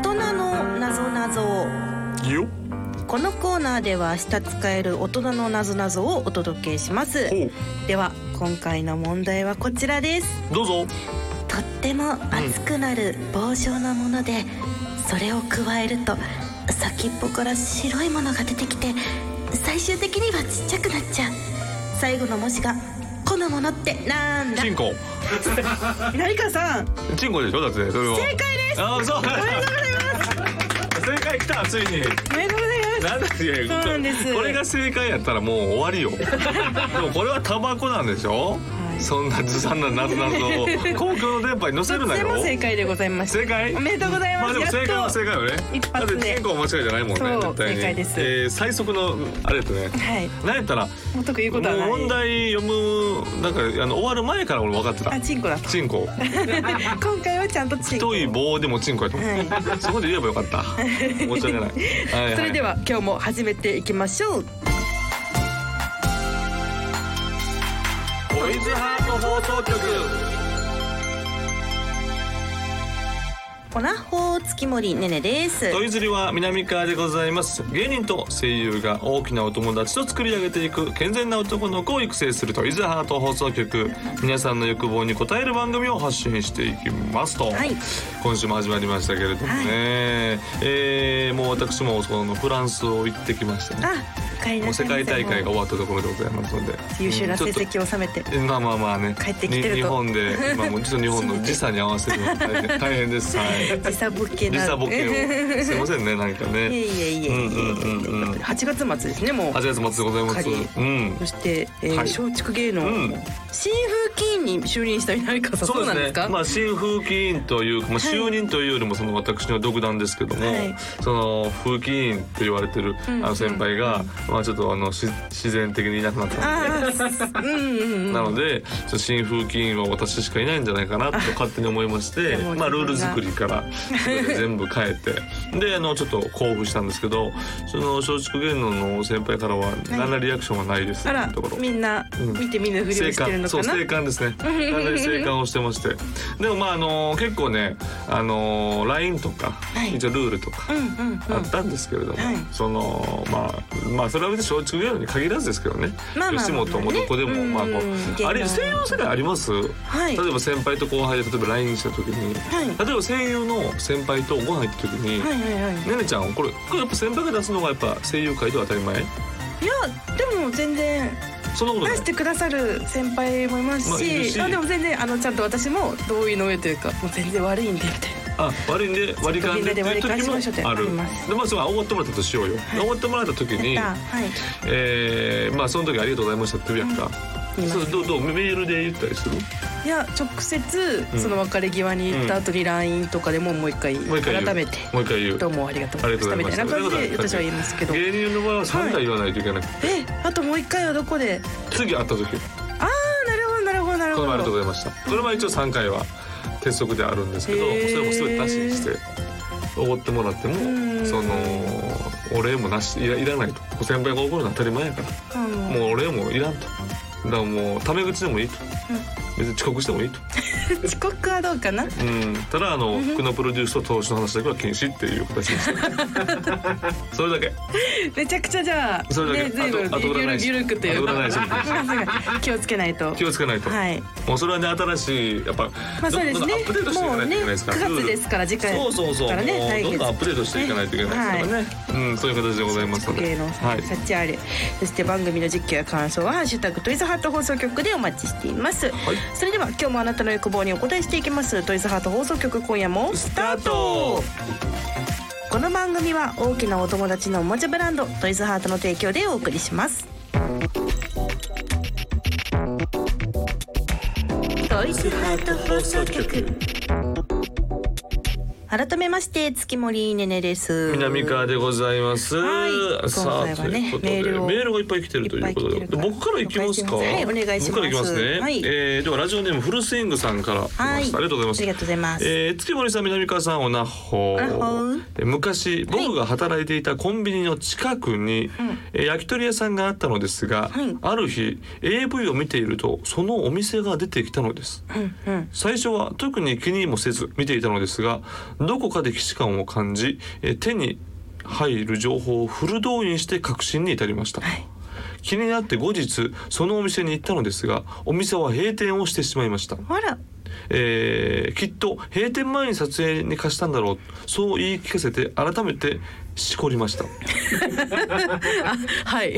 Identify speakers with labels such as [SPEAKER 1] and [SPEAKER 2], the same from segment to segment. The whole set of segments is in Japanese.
[SPEAKER 1] 人のなぞなぞ
[SPEAKER 2] よ
[SPEAKER 1] このコーナーでは明日使える大人のなぞなぞをお届けします
[SPEAKER 2] ほ
[SPEAKER 1] では今回の問題はこちらです
[SPEAKER 2] うどうぞ
[SPEAKER 1] とっても熱くなる棒状のものでそれを加えると先っぽから白いものが出てきて最終的にはちっちゃくなっちゃう最後の文字が「このものってなんだ?
[SPEAKER 2] チンコ」
[SPEAKER 1] 成川さん
[SPEAKER 2] チンコでしょだってそれは
[SPEAKER 1] 正解です
[SPEAKER 2] ああそう
[SPEAKER 1] おめでとうございます
[SPEAKER 2] 正解来たついに
[SPEAKER 1] おめでとうございます
[SPEAKER 2] なんだいやいや
[SPEAKER 1] そうなんです
[SPEAKER 2] これが正解やったらもう終わり よでもこれはタバコなんでしょ、
[SPEAKER 1] い
[SPEAKER 2] そんなずさんな謎々を公共の電波に載せるなよ
[SPEAKER 1] それも正解でございました
[SPEAKER 2] 正解
[SPEAKER 1] おめでとうございます
[SPEAKER 2] まあでも正解
[SPEAKER 1] や
[SPEAKER 2] は
[SPEAKER 1] っと
[SPEAKER 2] 正解よね
[SPEAKER 1] 一発で
[SPEAKER 2] だってチンコは間違いじゃないもんね
[SPEAKER 1] そう
[SPEAKER 2] 絶対に
[SPEAKER 1] 正解です
[SPEAKER 2] えー最速のあれやとね
[SPEAKER 1] はい
[SPEAKER 2] なんやったら
[SPEAKER 1] もう特に言う
[SPEAKER 2] も
[SPEAKER 1] ことはないう
[SPEAKER 2] 問題読むなんかあの終わる前から俺分かってた
[SPEAKER 1] あチンコだと
[SPEAKER 2] チンコ
[SPEAKER 1] 今回はちゃんとチンコ
[SPEAKER 2] 太い棒でもチンコやと思う、
[SPEAKER 1] は
[SPEAKER 2] そこで言えばよ かった申し訳ない、はいはい
[SPEAKER 1] それでは今日も始めていきましょう
[SPEAKER 2] トイズハート放送局
[SPEAKER 1] オナホ月森ねねです
[SPEAKER 2] トイズリは南川でございます芸人と声優が大きなお友達と作り上げていく健全な男の子を育成するトイズハート放送局皆さんの欲望に応える番組を発信していきますと、
[SPEAKER 1] はい
[SPEAKER 2] 今週も始まりましたけれどもね、
[SPEAKER 1] はい
[SPEAKER 2] えーもう私もそのフランスを行ってきましたね
[SPEAKER 1] あお帰り
[SPEAKER 2] もう
[SPEAKER 1] なさ
[SPEAKER 2] 世
[SPEAKER 1] い
[SPEAKER 2] 界大会が終わったところでございますので
[SPEAKER 1] 優秀な成
[SPEAKER 2] うんちょっと
[SPEAKER 1] 績を収めて
[SPEAKER 2] まあまあまあね
[SPEAKER 1] 帰ってきてると
[SPEAKER 2] に日本 で今もうちょっと日本の時差に合わせるのが大変大変ですはい
[SPEAKER 1] 時差ボケ
[SPEAKER 2] 時
[SPEAKER 1] な
[SPEAKER 2] 差 ボケをすいませんねなんか
[SPEAKER 1] いえ
[SPEAKER 2] ね
[SPEAKER 1] いえいえいえ
[SPEAKER 2] うんうんうんうん
[SPEAKER 1] 8月末ですねもう
[SPEAKER 2] 8月末でございます
[SPEAKER 1] すっか
[SPEAKER 2] うん
[SPEAKER 1] そしてえー
[SPEAKER 2] はい
[SPEAKER 1] 松竹芸能
[SPEAKER 2] うん
[SPEAKER 1] 新風紀委員に就任した稲荷川さんそうなんですか
[SPEAKER 2] まあ新風紀委員というか、まあ、
[SPEAKER 1] はい
[SPEAKER 2] 就任というよりもその私の独断ですけども、
[SPEAKER 1] はい
[SPEAKER 2] その風紀委員と言われてる
[SPEAKER 1] う
[SPEAKER 2] あ
[SPEAKER 1] ん
[SPEAKER 2] の先輩が、まあちょっとあのし自然的にいなくなったんで。
[SPEAKER 1] ああうんうんうん
[SPEAKER 2] なのでちょっと新風紀委員は私しかいないんじゃないかなと勝手に思いまして
[SPEAKER 1] あでも
[SPEAKER 2] まあ、ルール
[SPEAKER 1] 自分が
[SPEAKER 2] 作りから全部変え てであのちょっと交付したんですけどその松竹芸能の先輩からは何らリアクションはないです
[SPEAKER 1] あら
[SPEAKER 2] ところ
[SPEAKER 1] みんな
[SPEAKER 2] うん
[SPEAKER 1] 見て見ぬふりを
[SPEAKER 2] 生
[SPEAKER 1] してる
[SPEAKER 2] 還
[SPEAKER 1] の
[SPEAKER 2] そ
[SPEAKER 1] か
[SPEAKER 2] う
[SPEAKER 1] な
[SPEAKER 2] 生 還ですねかなり生還をしてましてでもまああの結構ねあの LINE とか、
[SPEAKER 1] い
[SPEAKER 2] 一応ルールとか
[SPEAKER 1] うんうんうん
[SPEAKER 2] あったんですけれども、
[SPEAKER 1] はい
[SPEAKER 2] そのまあまあそれは別に松竹芸能に限らずですけどね、
[SPEAKER 1] まあまあまあ
[SPEAKER 2] 吉本もどこでも、
[SPEAKER 1] ね
[SPEAKER 2] まあこ
[SPEAKER 1] うん
[SPEAKER 2] うあれ西洋世界あります、
[SPEAKER 1] はい
[SPEAKER 2] 例えば先輩と後輩で例えば LINE した時に、
[SPEAKER 1] はい
[SPEAKER 2] 例えば声優の先輩とご飯行った時に、
[SPEAKER 1] はいはいはい
[SPEAKER 2] ねねちゃんこれこれやっぱ先輩が出すのがやっぱ声優界では当たり前
[SPEAKER 1] いやでも全然
[SPEAKER 2] そんなこと
[SPEAKER 1] 出
[SPEAKER 2] ない
[SPEAKER 1] してくださる先輩もいま
[SPEAKER 2] まあ
[SPEAKER 1] す
[SPEAKER 2] いる
[SPEAKER 1] し,、
[SPEAKER 2] し
[SPEAKER 1] あ、でも全然あのちゃんと私も同意の上というかもう全然悪いんでみたいな
[SPEAKER 2] あ悪いんで割り勘でっていう時
[SPEAKER 1] みんなで
[SPEAKER 2] もある
[SPEAKER 1] 割り勘しましょうってあります
[SPEAKER 2] でまあそれはおごってもらったとしようよ
[SPEAKER 1] い
[SPEAKER 2] おごってもらった時に
[SPEAKER 1] やったはい
[SPEAKER 2] えーまあその時ありがとうございましたって言うやんか
[SPEAKER 1] うん
[SPEAKER 2] そうどうどうメールで言ったりする
[SPEAKER 1] いや直接
[SPEAKER 2] うん
[SPEAKER 1] その別れ際に行った後に LINE とかでももう一回
[SPEAKER 2] もう一回言う
[SPEAKER 1] 改めて
[SPEAKER 2] もう一回
[SPEAKER 1] 「
[SPEAKER 2] 言
[SPEAKER 1] ど
[SPEAKER 2] う
[SPEAKER 1] うもありがとうございました」
[SPEAKER 2] あり
[SPEAKER 1] み
[SPEAKER 2] が
[SPEAKER 1] たい
[SPEAKER 2] と
[SPEAKER 1] な
[SPEAKER 2] うござい
[SPEAKER 1] 感
[SPEAKER 2] ま
[SPEAKER 1] じで
[SPEAKER 2] した
[SPEAKER 1] 私は言いますけど「え
[SPEAKER 2] 芸人の場合は3回言わないといけない
[SPEAKER 1] あともう一回はどこで
[SPEAKER 2] 次会った時
[SPEAKER 1] ああなるほどなるほどな
[SPEAKER 2] 「
[SPEAKER 1] る
[SPEAKER 2] この
[SPEAKER 1] ほ
[SPEAKER 2] 前ありがとう
[SPEAKER 1] ど
[SPEAKER 2] ございました」それは一応3回は鉄則であるんですけどそ
[SPEAKER 1] へー
[SPEAKER 2] れもすべてなしにしておごってもらっても
[SPEAKER 1] ん
[SPEAKER 2] そのお礼もなしいらいらないとお先輩がおごるのは当たり前やから
[SPEAKER 1] あの
[SPEAKER 2] もう俺もいらんと。だからもうタメ口でもいいと。別に遅刻してもいいと。
[SPEAKER 1] 遅刻はどうかな
[SPEAKER 2] うん。ただあの服のプロデュースと投資の話だけは禁止っていう形にして。 それだけ。
[SPEAKER 1] めちゃくちゃじゃあ
[SPEAKER 2] それだけ
[SPEAKER 1] ねずいぶ
[SPEAKER 2] 後後
[SPEAKER 1] んゆ
[SPEAKER 2] 占い
[SPEAKER 1] る
[SPEAKER 2] 師
[SPEAKER 1] ゆるくという
[SPEAKER 2] 後占い師みたい
[SPEAKER 1] 気をつけないと
[SPEAKER 2] 気をつけないと。
[SPEAKER 1] はい
[SPEAKER 2] もうそれはね新しいやっぱ。
[SPEAKER 1] まあそうです
[SPEAKER 2] どん
[SPEAKER 1] ね
[SPEAKER 2] どんアップデートしていか
[SPEAKER 1] も
[SPEAKER 2] な
[SPEAKER 1] う
[SPEAKER 2] いとい
[SPEAKER 1] ね
[SPEAKER 2] けないです
[SPEAKER 1] 9
[SPEAKER 2] から。
[SPEAKER 1] 月ですから次回
[SPEAKER 2] そうそうそう。も
[SPEAKER 1] から
[SPEAKER 2] う
[SPEAKER 1] ね来
[SPEAKER 2] どんどんア
[SPEAKER 1] 月
[SPEAKER 2] ップデートしていかないといけないですからね。うんそういう形でございますので。
[SPEAKER 1] 芸能
[SPEAKER 2] はい。
[SPEAKER 1] サッチアレそして番組の実況や感想は「ハッシュタグトイズハート放送局」でお待ちしています、
[SPEAKER 2] い
[SPEAKER 1] それでは今日もあなたの欲望にお答えしていきますトイズハート放送局今夜も
[SPEAKER 2] スタート。
[SPEAKER 1] この番組は大きなお友達のおもちゃブランドトイズハートの提供でお送りしますトイズハート放送局改めまして月森ねねです
[SPEAKER 2] 南川でございます。
[SPEAKER 1] はい
[SPEAKER 2] さ
[SPEAKER 1] 今
[SPEAKER 2] あ、
[SPEAKER 1] 回はね
[SPEAKER 2] と
[SPEAKER 1] メー
[SPEAKER 2] いうことで
[SPEAKER 1] ルを
[SPEAKER 2] メールがいっぱい来てるということ
[SPEAKER 1] いっぱい
[SPEAKER 2] で、
[SPEAKER 1] 来てるから
[SPEAKER 2] 僕から行きますか。
[SPEAKER 1] はいお願いします
[SPEAKER 2] 僕から行きますね。
[SPEAKER 1] はい
[SPEAKER 2] えーではラジオネームフルスイングさんから来
[SPEAKER 1] は
[SPEAKER 2] ま
[SPEAKER 1] い
[SPEAKER 2] した。ありがとうございま
[SPEAKER 1] あ
[SPEAKER 2] す
[SPEAKER 1] りが。とうございます、
[SPEAKER 2] えー、月森さん南川さんおなほ
[SPEAKER 1] おなほ
[SPEAKER 2] えー昔僕が働いていたコンビニの近くに、えー焼き鳥屋さんがあったのですが、
[SPEAKER 1] はい
[SPEAKER 2] ある日 AV を見ているとそのお店が出てきたのです、
[SPEAKER 1] うんうん
[SPEAKER 2] 最初は特に気にもせず見ていたのですがどこかで既視感を感じえー手に入る情報をフル動員して確信に至りました、
[SPEAKER 3] はい
[SPEAKER 2] 気になって後日そのお店に行ったのですがお店は閉店をしてしまいました
[SPEAKER 3] あら
[SPEAKER 2] えーきっと閉店前に撮影に貸したんだろうそう言い聞かせて改めてしこりました
[SPEAKER 1] はい、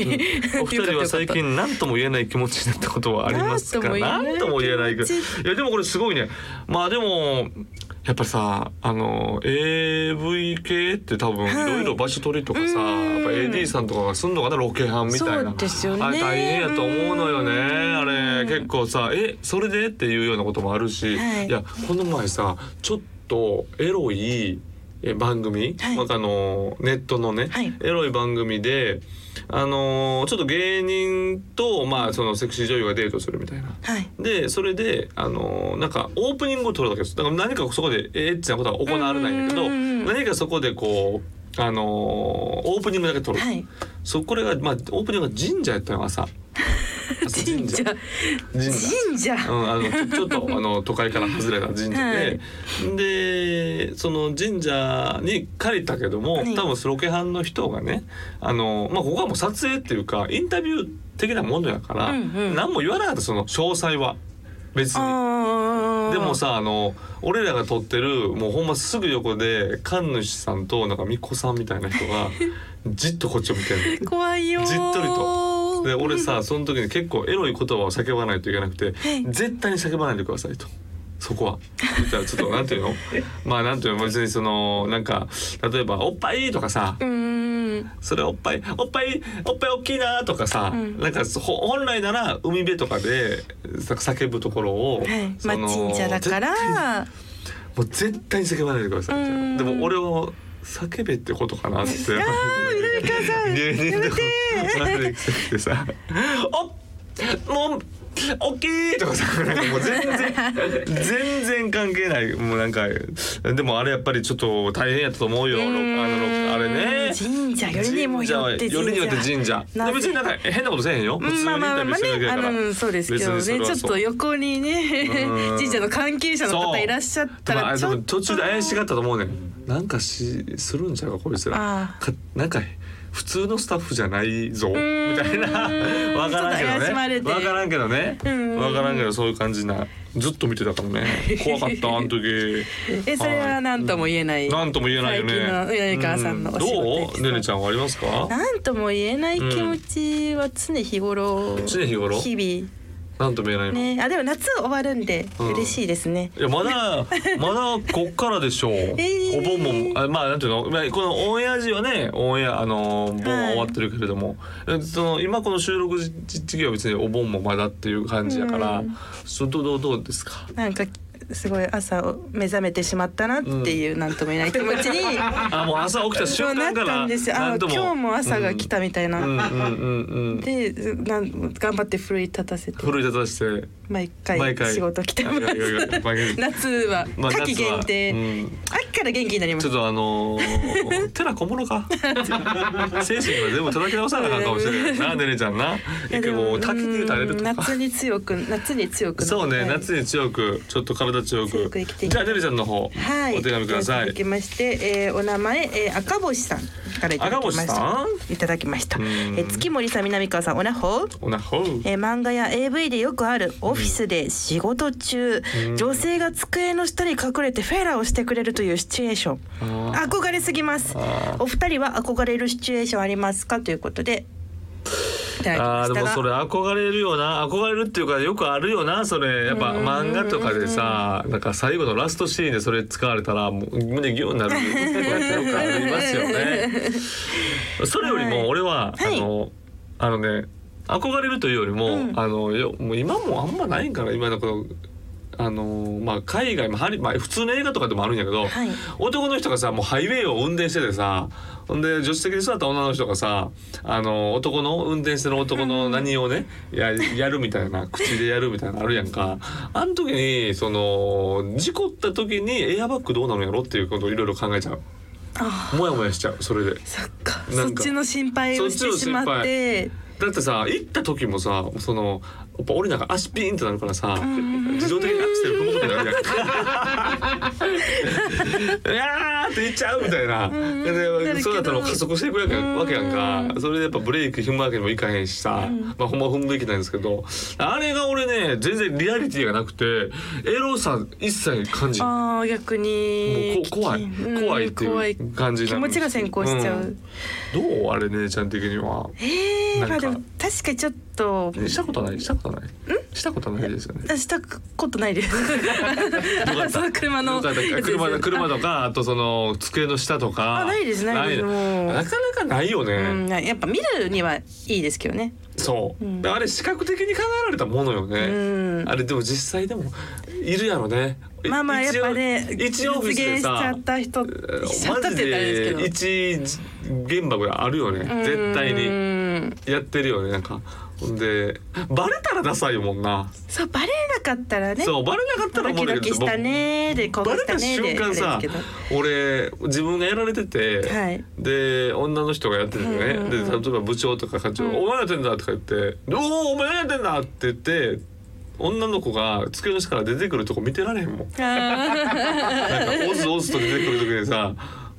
[SPEAKER 2] お二人は最近何とも言えない気持ちになったことはありますか
[SPEAKER 1] 何
[SPEAKER 2] 何
[SPEAKER 1] と
[SPEAKER 2] と
[SPEAKER 1] も
[SPEAKER 2] も
[SPEAKER 1] 言え
[SPEAKER 2] 言え
[SPEAKER 1] な
[SPEAKER 2] ないい
[SPEAKER 1] 気
[SPEAKER 2] け
[SPEAKER 1] 持
[SPEAKER 2] ど
[SPEAKER 1] ち
[SPEAKER 2] いやでもこれすごいねまあでもやっぱりさあの AV 系って多分いろいろ場所取りとかさ、
[SPEAKER 1] うん
[SPEAKER 2] やっぱ AD さんとかがすんのかなロケハンみたいな
[SPEAKER 1] そうですよね
[SPEAKER 2] あれ大変やと思うのよねあれ結構さえそれでっていうようなこともあるし、
[SPEAKER 3] はい
[SPEAKER 2] いやこの前さちょっとエロいえ番組、
[SPEAKER 3] はい
[SPEAKER 2] まああのネットのね、
[SPEAKER 3] はい
[SPEAKER 2] エロい番組で、あのーちょっと芸人と、まあ、そのセクシー女優がデートするみたいな。
[SPEAKER 3] はい
[SPEAKER 2] でそれで、あのーなんかオープニングを撮るだけですだから何かそこでエッチなことは行われないんだけ
[SPEAKER 3] う
[SPEAKER 2] ど
[SPEAKER 3] んうんうんうん
[SPEAKER 2] 何かそこでこう、あのーオープニングだけ撮る、
[SPEAKER 3] はい
[SPEAKER 2] そうこれが、まあ、オープニングが神社やったの朝朝
[SPEAKER 1] 神社
[SPEAKER 2] 神社
[SPEAKER 1] 神社
[SPEAKER 2] うん、あのちょ ちょっとあの都会から外れた神社で、でその神社に借りたけども、
[SPEAKER 3] はい
[SPEAKER 2] 多分そのロケハンの人がねあの、まあ、ここはもう撮影っていうかインタビュー的なものやから、
[SPEAKER 1] うんうん
[SPEAKER 2] 何も言わなかったその詳細は別に。
[SPEAKER 1] あー
[SPEAKER 2] でもさあの俺らが撮ってるもうほんますぐ横で神主さんとなんか巫女さんみたいな 人がじっとこっちを見てる
[SPEAKER 1] 怖いよー
[SPEAKER 2] じっとりとで俺さその時に結構エロい言葉を叫ばないといけなくて
[SPEAKER 3] は
[SPEAKER 2] 「
[SPEAKER 3] い
[SPEAKER 2] 絶対に叫ばないでください」と。そこは言ったらちょっとな んていうのまあなんていうの別にそのなんか例えば「おっぱい」とかさ
[SPEAKER 1] うーん
[SPEAKER 2] 「それおっぱいおっぱいおっぱい大きいな」とかさ、
[SPEAKER 3] ん
[SPEAKER 2] なんかほ本来なら海辺とかでさ叫ぶところを、
[SPEAKER 3] はい
[SPEAKER 2] そ
[SPEAKER 1] まあ
[SPEAKER 2] の
[SPEAKER 1] 神社だから
[SPEAKER 2] もう絶対に叫ばないでくださいみたい
[SPEAKER 1] うん
[SPEAKER 2] なでも俺は叫べってことかなってああ
[SPEAKER 1] 南川さん
[SPEAKER 2] 芸人
[SPEAKER 1] や
[SPEAKER 2] とかマネてさ「おもうおっきい!」とかさなんかもう全然全然関係ないもうなんかでもあれやっぱりちょっと大変やったと思うよあのあれね
[SPEAKER 1] 神社よりにもよって神社
[SPEAKER 2] よりによって神社
[SPEAKER 1] なぜ
[SPEAKER 2] で別になんか変なことせえへんよ
[SPEAKER 1] う
[SPEAKER 2] 普通に
[SPEAKER 1] ん
[SPEAKER 2] イン
[SPEAKER 1] まあまあま
[SPEAKER 2] タ
[SPEAKER 1] あ
[SPEAKER 2] ビュー
[SPEAKER 1] ね
[SPEAKER 2] するだけだ
[SPEAKER 1] あ
[SPEAKER 2] から
[SPEAKER 1] のそうですけどね
[SPEAKER 2] 別にそれ
[SPEAKER 1] ちょ
[SPEAKER 2] は
[SPEAKER 1] っ
[SPEAKER 2] そう
[SPEAKER 1] と横にね
[SPEAKER 2] うん
[SPEAKER 1] 神社の関係者の方いらっしゃった
[SPEAKER 2] まあ
[SPEAKER 1] らち
[SPEAKER 2] で
[SPEAKER 1] ょ
[SPEAKER 2] も
[SPEAKER 1] っと
[SPEAKER 2] 途中で怪しがったと思うねんなんかしするんちゃうかこいつら
[SPEAKER 1] あ
[SPEAKER 2] かなんか普通のスタッフじゃないぞみ
[SPEAKER 1] ーん
[SPEAKER 2] たいな わからんけ
[SPEAKER 1] ちょっと怪しまれ
[SPEAKER 2] どね
[SPEAKER 1] て
[SPEAKER 2] わからんけどね
[SPEAKER 1] ん
[SPEAKER 2] わからんけどそういう感じなずっと見てたからね 怖かったあの時
[SPEAKER 1] えそれは何とも言えない
[SPEAKER 2] なんとも言えないよ
[SPEAKER 1] 最近の
[SPEAKER 2] ね
[SPEAKER 1] 南川さんの
[SPEAKER 2] う
[SPEAKER 1] お仕事エピソー
[SPEAKER 2] どう
[SPEAKER 1] ド
[SPEAKER 2] ねねちゃんはありますか
[SPEAKER 1] なんとも言えない気持ちは常日頃
[SPEAKER 2] 常日頃
[SPEAKER 1] 日
[SPEAKER 2] なんとも言えない
[SPEAKER 1] 々
[SPEAKER 2] の
[SPEAKER 1] ねあでも夏終わるんで
[SPEAKER 2] うん
[SPEAKER 1] 嬉しいですね
[SPEAKER 2] いやまだまだこっからでし ょう。
[SPEAKER 1] ー
[SPEAKER 2] お盆もあまあなんていうの、まあ、このオンエア時はねオンエアあのー盆は終わってるけれども、えその今この収録時時期は別にお盆もまだっていう感じやから、
[SPEAKER 1] うん
[SPEAKER 2] そどうどうどうですか。
[SPEAKER 1] なんかすごい朝を目覚めてしまったなっていうなんとも言えない気持 ちに
[SPEAKER 2] あもう朝起きた瞬
[SPEAKER 1] そうな
[SPEAKER 2] 間
[SPEAKER 1] っ
[SPEAKER 2] か
[SPEAKER 1] た
[SPEAKER 2] ら
[SPEAKER 1] んですよあ
[SPEAKER 2] なんと
[SPEAKER 1] 今日も朝が来たみたいな、
[SPEAKER 2] うんうんうんうん。
[SPEAKER 1] でなん頑張って奮い立たせて
[SPEAKER 2] 奮い立たして
[SPEAKER 1] 毎
[SPEAKER 2] 毎
[SPEAKER 1] 回
[SPEAKER 2] 回
[SPEAKER 1] 仕事来てま
[SPEAKER 2] いやいやいや
[SPEAKER 1] す
[SPEAKER 2] 毎 回
[SPEAKER 1] 夏は
[SPEAKER 2] まあ
[SPEAKER 1] 夏季限定、
[SPEAKER 2] 夏はうん
[SPEAKER 1] 秋から元気になりま
[SPEAKER 2] ち
[SPEAKER 1] す
[SPEAKER 2] ょっとあの ー、寺小物か精神が全部叩き直さなあかんかもしれないなねねちゃんな一回もう滝に打たれると
[SPEAKER 1] うん
[SPEAKER 2] か
[SPEAKER 1] 夏に強く夏に強くなりたい
[SPEAKER 2] そうね、夏に強くちょっと体
[SPEAKER 1] 強
[SPEAKER 2] 強く
[SPEAKER 1] く生きていき
[SPEAKER 2] じゃあねねちゃんの方、
[SPEAKER 1] はい
[SPEAKER 2] お手紙くださ
[SPEAKER 1] い
[SPEAKER 2] い
[SPEAKER 1] きまして、えー、お名前、えー、赤星さんからいただきました
[SPEAKER 2] 赤星
[SPEAKER 1] いただきました、
[SPEAKER 2] う
[SPEAKER 1] え
[SPEAKER 2] ん
[SPEAKER 1] ー、月森さん南川さんおなほう
[SPEAKER 2] おなほう
[SPEAKER 1] えー漫画や AV でよくあるオフィスで仕事中、
[SPEAKER 2] うん
[SPEAKER 1] 女性が机の下に隠れてフェラーをしてくれるというシチュエーション
[SPEAKER 2] あー
[SPEAKER 1] 憧れすぎます
[SPEAKER 2] あー
[SPEAKER 1] お二人は憧れるシチュエーションありますかということでいただきま
[SPEAKER 2] あー
[SPEAKER 1] し
[SPEAKER 2] で
[SPEAKER 1] た
[SPEAKER 2] も
[SPEAKER 1] が
[SPEAKER 2] それ憧れるよな憧れるっていうかよくあるよなそれやっぱ漫画とかでさなんか最後のラストシーンでそれ使われたらもう胸ギューになるとかよくありますよね。 それよりも俺は、
[SPEAKER 1] はい
[SPEAKER 2] あのあのね憧れるというよりも、あのよもう今もあんまないんかな今のこの。あのまあ、海外、まあハリまあ、普通の映画とかでもあるんやけど、
[SPEAKER 3] はい
[SPEAKER 2] 男の人がさもうハイウェイを運転しててさほんで助手席に座った女の人がさあの男の運転してる男の何をね、ややるみたいな 口でやるみたいなのあるやんかあの時にその事故った時にエアバッグどうなのやろっていうことをいろいろ考えちゃうもやもやしちゃうそれで。
[SPEAKER 1] そっかそ
[SPEAKER 2] な
[SPEAKER 1] っ
[SPEAKER 2] んか
[SPEAKER 1] ちの心配をしてしまって
[SPEAKER 2] だってさ行った時もさそのやっぱ俺なんか足ピーンってなるか らさ自動的にアクセル踏むことになるやんか。いやーって言っちゃうみたいなでそうだったら加速していくやんわけやんかそれでやっぱブレーキ踏むわけにもいかへんしさ、まあほんま踏むべきなんですけどあれが俺ね全然リアリティがなくてエロさ一切感じない
[SPEAKER 1] ああ逆に
[SPEAKER 2] もうこ怖い
[SPEAKER 1] うん
[SPEAKER 2] 怖いって
[SPEAKER 1] 怖
[SPEAKER 2] いう感じに
[SPEAKER 1] 気
[SPEAKER 2] なる
[SPEAKER 1] 持
[SPEAKER 2] ん
[SPEAKER 1] ち
[SPEAKER 2] で
[SPEAKER 1] が
[SPEAKER 2] すけ
[SPEAKER 1] 先
[SPEAKER 2] ど
[SPEAKER 1] 行しちゃう、
[SPEAKER 2] んどうあれ姉ちゃん的には
[SPEAKER 1] ええ
[SPEAKER 2] なん
[SPEAKER 1] ま
[SPEAKER 2] か
[SPEAKER 1] あでも確かにちょっと
[SPEAKER 2] したことないしたことないしたことないですよね
[SPEAKER 1] あしたことないです。あ
[SPEAKER 2] よかった
[SPEAKER 1] その車の
[SPEAKER 2] よかった
[SPEAKER 1] やつです
[SPEAKER 2] 車車とかあとその机の下とか
[SPEAKER 1] あないですないですもう
[SPEAKER 2] なかなかないよね、
[SPEAKER 1] うん、やっぱ見るにはいいですけどね。
[SPEAKER 2] そう、
[SPEAKER 1] うん
[SPEAKER 2] であれ視覚的に考えられたものよね、
[SPEAKER 1] うん
[SPEAKER 2] あれでも実際でもいるやろね
[SPEAKER 1] まあまあやっぱね、
[SPEAKER 2] 一応オフィスで
[SPEAKER 1] しちゃ
[SPEAKER 2] さ
[SPEAKER 1] った人、しちゃっ
[SPEAKER 2] マ
[SPEAKER 1] たっ
[SPEAKER 2] ジ
[SPEAKER 1] て言ったらあれ
[SPEAKER 2] で
[SPEAKER 1] です
[SPEAKER 2] 一現場ぐらいあるよね
[SPEAKER 1] けど。
[SPEAKER 2] 絶対
[SPEAKER 1] う
[SPEAKER 2] に
[SPEAKER 1] ん
[SPEAKER 2] やってるよねなんかほんでバレたらダサいもんな、
[SPEAKER 1] そうバレなかったらね。
[SPEAKER 2] そうバレなかったら
[SPEAKER 1] ド
[SPEAKER 2] もう
[SPEAKER 1] キ
[SPEAKER 2] だ
[SPEAKER 1] ド
[SPEAKER 2] け
[SPEAKER 1] キ
[SPEAKER 2] ど
[SPEAKER 1] したねーで興
[SPEAKER 2] バ
[SPEAKER 1] 奮
[SPEAKER 2] レ
[SPEAKER 1] した
[SPEAKER 2] た
[SPEAKER 1] ねー
[SPEAKER 2] 瞬
[SPEAKER 1] であれ
[SPEAKER 2] 間
[SPEAKER 1] です
[SPEAKER 2] さ
[SPEAKER 1] けど。
[SPEAKER 2] 俺自分がやられてて、
[SPEAKER 1] はい
[SPEAKER 2] で女の人がやっててね、
[SPEAKER 1] うんうんうん
[SPEAKER 2] で例えば部長とか課長「
[SPEAKER 1] うん
[SPEAKER 2] お前やってんだ」とか言って「おおお前やってんだ」って言って女の子が机の下から出てくるとこ見てられへんもん。
[SPEAKER 1] あ
[SPEAKER 2] なんかオズオズと出てくる時にさ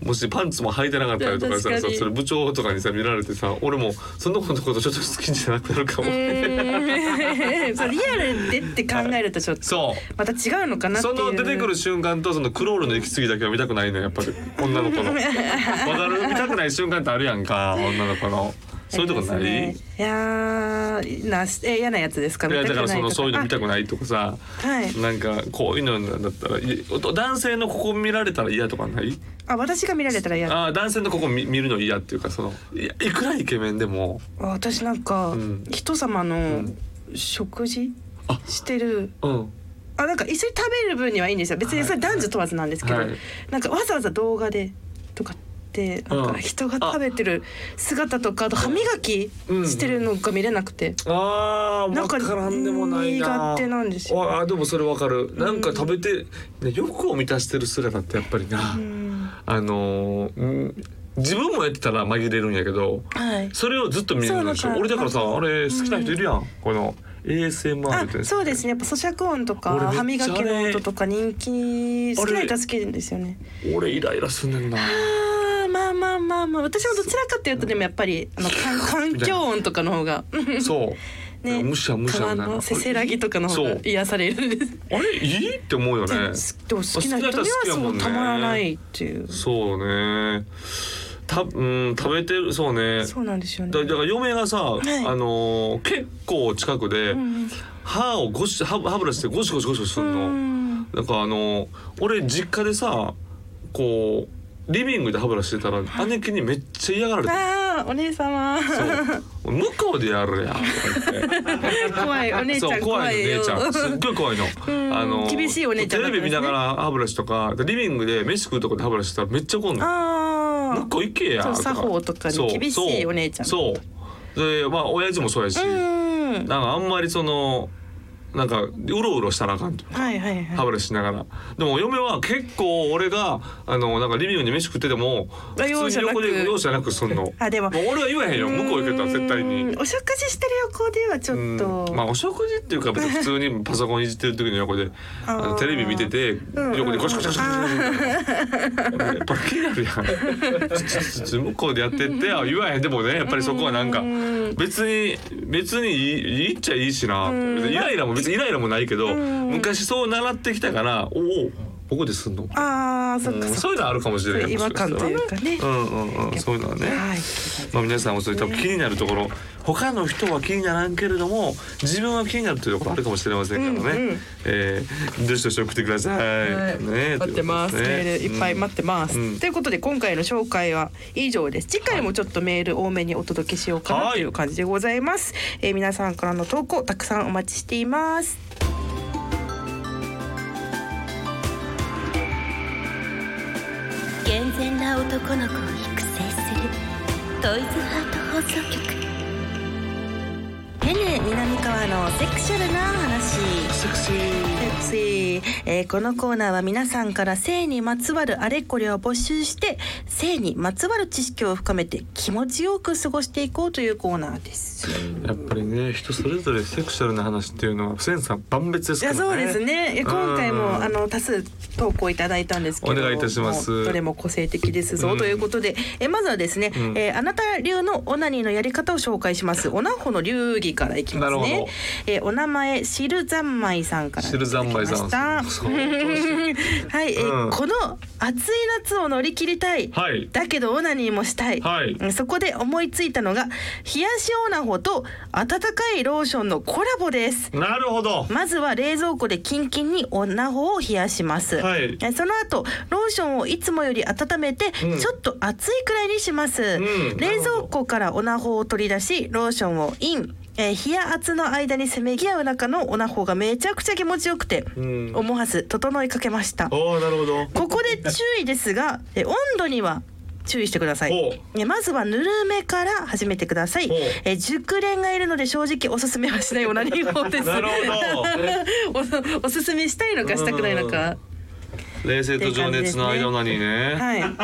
[SPEAKER 2] もしパンツも履いてなかったりとかさ
[SPEAKER 1] 確か
[SPEAKER 2] そ
[SPEAKER 1] に
[SPEAKER 2] それ部長とかにさ見られてさ俺もその子のことちょっと好きじゃなくなるかも、
[SPEAKER 1] ーうんそうリアルでって考えるとちょっと
[SPEAKER 2] そう
[SPEAKER 1] また違うのかなってい。
[SPEAKER 2] そうの出てくる瞬間とそのクロールの行き過ぎだけは見たくないねやっぱり女の子のわかる見たくない瞬間ってあるやんか女の子のそういうとこない、
[SPEAKER 1] ありますねいやーなえ嫌なやつですか
[SPEAKER 2] いやだからそのそういうの見た
[SPEAKER 1] く
[SPEAKER 2] くないとかさ、
[SPEAKER 1] ないとか
[SPEAKER 2] なんかこういうのだったらい男性のここ見られたら嫌とかない
[SPEAKER 1] ああ私が見られたら嫌あ
[SPEAKER 2] あー男性のここ見見るの嫌っていうかそのいやいくらイケメンでも
[SPEAKER 1] 私なんか、
[SPEAKER 2] うん
[SPEAKER 1] 人様の食事
[SPEAKER 2] あ
[SPEAKER 1] してる
[SPEAKER 2] うん
[SPEAKER 1] あなんか一緒に食べる分にはいいんですよ別にそれ男女問わずなんですけど、
[SPEAKER 2] はい
[SPEAKER 1] なんかわざわざ動画でとかってなん
[SPEAKER 2] うん
[SPEAKER 1] か人が食べてる姿とかあと歯磨きしてるのが見れなくて、
[SPEAKER 2] ああ
[SPEAKER 1] なん
[SPEAKER 2] 分
[SPEAKER 1] か
[SPEAKER 2] からんでもないな
[SPEAKER 1] 苦手なんですよ
[SPEAKER 2] あーでもそれ分かるなんか食べて、ね、欲を満たしてる姿ってやっぱりな、
[SPEAKER 1] うん
[SPEAKER 2] あのーうん自分もやってたら紛れるんやけど
[SPEAKER 1] はい
[SPEAKER 2] それをずっと見れるんでし
[SPEAKER 1] そうだ
[SPEAKER 2] ょ
[SPEAKER 1] から
[SPEAKER 2] 俺だからさあれ好きな人いるやん、この ASMR
[SPEAKER 1] あ
[SPEAKER 2] って
[SPEAKER 1] そうですねやっぱ咀嚼音とか
[SPEAKER 2] 俺
[SPEAKER 1] 歯
[SPEAKER 2] めっちゃ
[SPEAKER 1] 磨
[SPEAKER 2] あれ
[SPEAKER 1] きの音とか人気好きな人は好きですよね
[SPEAKER 2] 俺イライラすんねんな
[SPEAKER 1] あーまあまあまあまあ私もどちらかっていうとでもやっぱりあの環 環境音とかの方が
[SPEAKER 2] そう、
[SPEAKER 1] ね
[SPEAKER 2] むしゃむしゃ
[SPEAKER 1] 川
[SPEAKER 2] みたいな
[SPEAKER 1] のせせらぎとかの方
[SPEAKER 2] そう
[SPEAKER 1] が癒されるんです
[SPEAKER 2] あれいいって思うよね
[SPEAKER 1] でも好きな人にはそうたまらないっていう
[SPEAKER 2] そうねたうん食べてるそうね
[SPEAKER 1] そうなんですよね
[SPEAKER 2] だだから嫁がさ、
[SPEAKER 1] い
[SPEAKER 2] あのー結構近くで、
[SPEAKER 1] うん
[SPEAKER 2] 歯をゴシ歯歯ブラシでゴシゴシゴシゴシするの、
[SPEAKER 1] うん
[SPEAKER 2] なんかあの俺実家でさこうリビングで歯ブラシしてたら姉貴にめっちゃ嫌がられて
[SPEAKER 1] あーお姉様
[SPEAKER 2] そう向こうでやるやんとか言って
[SPEAKER 1] 怖 いお姉ち
[SPEAKER 2] そ
[SPEAKER 1] ゃ
[SPEAKER 2] うん怖
[SPEAKER 1] 怖
[SPEAKER 2] い
[SPEAKER 1] い
[SPEAKER 2] の
[SPEAKER 1] よ
[SPEAKER 2] 姉ちゃんすっごい怖いの
[SPEAKER 1] ん
[SPEAKER 2] あの
[SPEAKER 1] 厳しいお姉ちゃんだっ
[SPEAKER 2] テ
[SPEAKER 1] たんですね
[SPEAKER 2] レビ見ながら歯ブラシとかでリビングで飯食うとこで歯ブラシしたらめっちゃ怒んの
[SPEAKER 1] あ
[SPEAKER 2] 向
[SPEAKER 1] ー
[SPEAKER 2] こう行けや
[SPEAKER 1] そう
[SPEAKER 2] とか
[SPEAKER 1] 作法とかに
[SPEAKER 2] そう
[SPEAKER 1] 厳しいお姉ちゃん
[SPEAKER 2] そうそうでまあ親父もそうやし、
[SPEAKER 1] うん
[SPEAKER 2] なんかあんまりそのなんかうろうろしたらあかんと
[SPEAKER 1] はいはいはい
[SPEAKER 2] 歯ブラシしながらでも嫁は結構俺があのなんかリビングに飯食ってても
[SPEAKER 1] あ
[SPEAKER 2] 普通に横で容
[SPEAKER 1] 容
[SPEAKER 2] 赦なくすんの
[SPEAKER 1] あでも
[SPEAKER 2] う 俺は言わへんよ向こう行けたら絶対に
[SPEAKER 1] うんお食事してる横ではちょっと、
[SPEAKER 2] うんまあお食事っていうか別に普通にパソコンいじってる時の横であの
[SPEAKER 1] あー
[SPEAKER 2] テレビ見てて
[SPEAKER 1] んうん
[SPEAKER 2] 横でゴシゴシゴシゴシやっぱ気になるやんちょちょちょちょ向こうでやってってあ言わへんでもねやっぱりそこはなんか
[SPEAKER 1] うん
[SPEAKER 2] 別に別にいい言っちゃいいしなイライラも別にイライラもないけど
[SPEAKER 1] ん
[SPEAKER 2] 昔そう習ってきたからおおここですんの
[SPEAKER 1] ああそっ
[SPEAKER 2] う
[SPEAKER 1] か
[SPEAKER 2] ん
[SPEAKER 1] そっか、
[SPEAKER 2] そういうのあるかもしれない
[SPEAKER 1] 違和感というかね
[SPEAKER 2] う、んうんうんそういうのはね
[SPEAKER 1] はい
[SPEAKER 2] まあ、皆さんもそういった気になるところ他の人は気にならんけれども自分は気になるというところあるかもしれませんからね、
[SPEAKER 1] うんうん
[SPEAKER 2] えーどしどし送ってください、
[SPEAKER 1] はい
[SPEAKER 2] ね
[SPEAKER 1] 待ってます、
[SPEAKER 2] というこ
[SPEAKER 1] メ
[SPEAKER 2] と
[SPEAKER 1] ー
[SPEAKER 2] で
[SPEAKER 1] ルいっぱい待ってます、
[SPEAKER 2] うん
[SPEAKER 1] ということで今回の紹介は以上です次回もちょっとメール多めにお届けしようか
[SPEAKER 2] はい
[SPEAKER 1] なという感じでございます、えー皆さんからの投稿たくさんお待ちしています
[SPEAKER 3] 健全な男の子を育成するトイズハート放送局ペネで南川のセクシャルな話
[SPEAKER 2] セクシ
[SPEAKER 3] セ
[SPEAKER 2] ー
[SPEAKER 3] クシーえーこのコーナーは皆さんから性にまつわるあれこれを募集して性にまつわる知識を深めて気持ちよく過ごしていこうというコーナーです。
[SPEAKER 2] やっぱりね人それぞれセクシャルな話っていうのはセンサー万別です
[SPEAKER 1] い
[SPEAKER 2] から
[SPEAKER 1] や
[SPEAKER 2] ね
[SPEAKER 1] そうですね。いや今回
[SPEAKER 2] うん
[SPEAKER 1] もあの多数投稿いただいたんですけど、
[SPEAKER 2] お願いいたします
[SPEAKER 1] もうどれも個性的ですぞ、
[SPEAKER 2] うん
[SPEAKER 1] ということで、えまずはですね、
[SPEAKER 2] うん
[SPEAKER 1] えーあなた流のオナニーのやり方を紹介します。オナホの流儀からいきます
[SPEAKER 2] なるほ
[SPEAKER 1] ね
[SPEAKER 2] ど。
[SPEAKER 1] えーお名前シルザンマイさんからいた
[SPEAKER 2] 汁
[SPEAKER 1] だき
[SPEAKER 2] 三
[SPEAKER 1] ま
[SPEAKER 2] 昧
[SPEAKER 1] し
[SPEAKER 2] さ
[SPEAKER 1] た。
[SPEAKER 2] んそうは
[SPEAKER 1] はい、えー
[SPEAKER 2] うん
[SPEAKER 1] この暑い夏を乗り切りたい。
[SPEAKER 2] い
[SPEAKER 1] だけどオナニーもしたい、
[SPEAKER 2] はい
[SPEAKER 1] うんそこで思いついたのが冷やしオナホと温かいローションのコラボです
[SPEAKER 2] なるほど
[SPEAKER 1] まずは冷蔵庫でキンキンにオナホを冷やします、
[SPEAKER 2] はい
[SPEAKER 1] えその後ローションをいつもより温めて、
[SPEAKER 2] うん
[SPEAKER 1] ちょっと熱いくらいにします、
[SPEAKER 2] ん
[SPEAKER 1] 冷蔵庫からオナホを取り出しローションをインえー冷や熱の間にせめぎ合う中のオナホがめちゃくちゃ気持ちよくて、
[SPEAKER 2] うん
[SPEAKER 1] 思わず整いかけました
[SPEAKER 2] おおなるほど
[SPEAKER 1] ここで注意ですが、え温度には注意してくださ
[SPEAKER 2] ほ
[SPEAKER 1] い。えまずはぬるめから始めてください
[SPEAKER 2] ほう。
[SPEAKER 1] え熟練がいるので正直おすすめはしないオナニー法です。
[SPEAKER 2] なる
[SPEAKER 1] おおすすめしたいのかしたくないのか。
[SPEAKER 2] 冷静と情熱の間なにね
[SPEAKER 1] はい。
[SPEAKER 2] あ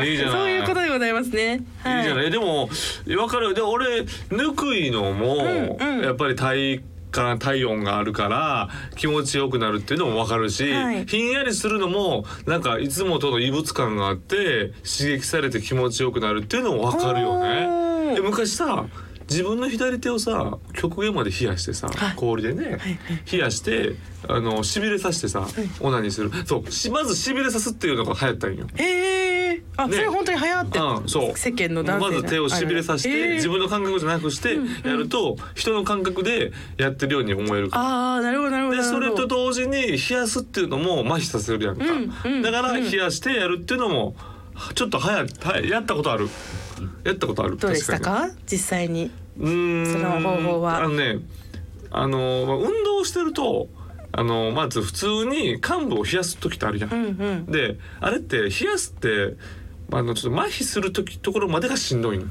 [SPEAKER 2] ー いいじゃない
[SPEAKER 1] そういうことでございますね。はい
[SPEAKER 2] いじゃないでも分かるで俺ぬくいのも、
[SPEAKER 1] うんうん
[SPEAKER 2] やっぱり体感体温があるから気持ちよくなるっていうのも分かるし、
[SPEAKER 1] はい
[SPEAKER 2] ひんやりするのもなんかいつもとの異物感があって刺激されて気持ちよくなるっていうのも分かるよ
[SPEAKER 1] お
[SPEAKER 2] ね。
[SPEAKER 1] ー
[SPEAKER 2] で昔さ自分の左手をさ極限まで冷やしてさ、氷でね、冷やしてあのしびれさせてさ、オナニーするそうしまずしびれさすっていうのが流行ったんよ。
[SPEAKER 1] へえ。あ、
[SPEAKER 2] ね
[SPEAKER 1] それ本当に流行ってる。
[SPEAKER 2] うん、そう
[SPEAKER 1] 世間の男性
[SPEAKER 2] まず手をしびれさせて、
[SPEAKER 1] えー
[SPEAKER 2] 自分の感覚じゃなくしてやると、人の感覚でやってるように思えるから。
[SPEAKER 1] ああ、なるほどなるほど。な
[SPEAKER 2] で
[SPEAKER 1] る
[SPEAKER 2] そ
[SPEAKER 1] ほど
[SPEAKER 2] れと同時に冷やすっていうのも麻痺させるやんか、
[SPEAKER 1] うんうん
[SPEAKER 2] だから冷やしてやるっていうのもちょっと早くはややったことあるやったことある
[SPEAKER 1] どうでした
[SPEAKER 2] 確に
[SPEAKER 1] か？実際に。
[SPEAKER 2] うーん
[SPEAKER 1] その方法は
[SPEAKER 2] あのねあのまあ運動してるとあのまず普通に患部を冷やす時ってあるやん
[SPEAKER 1] うんうん。
[SPEAKER 2] であれって冷やすってあのちょっと麻痺する時ところまでがしんどいの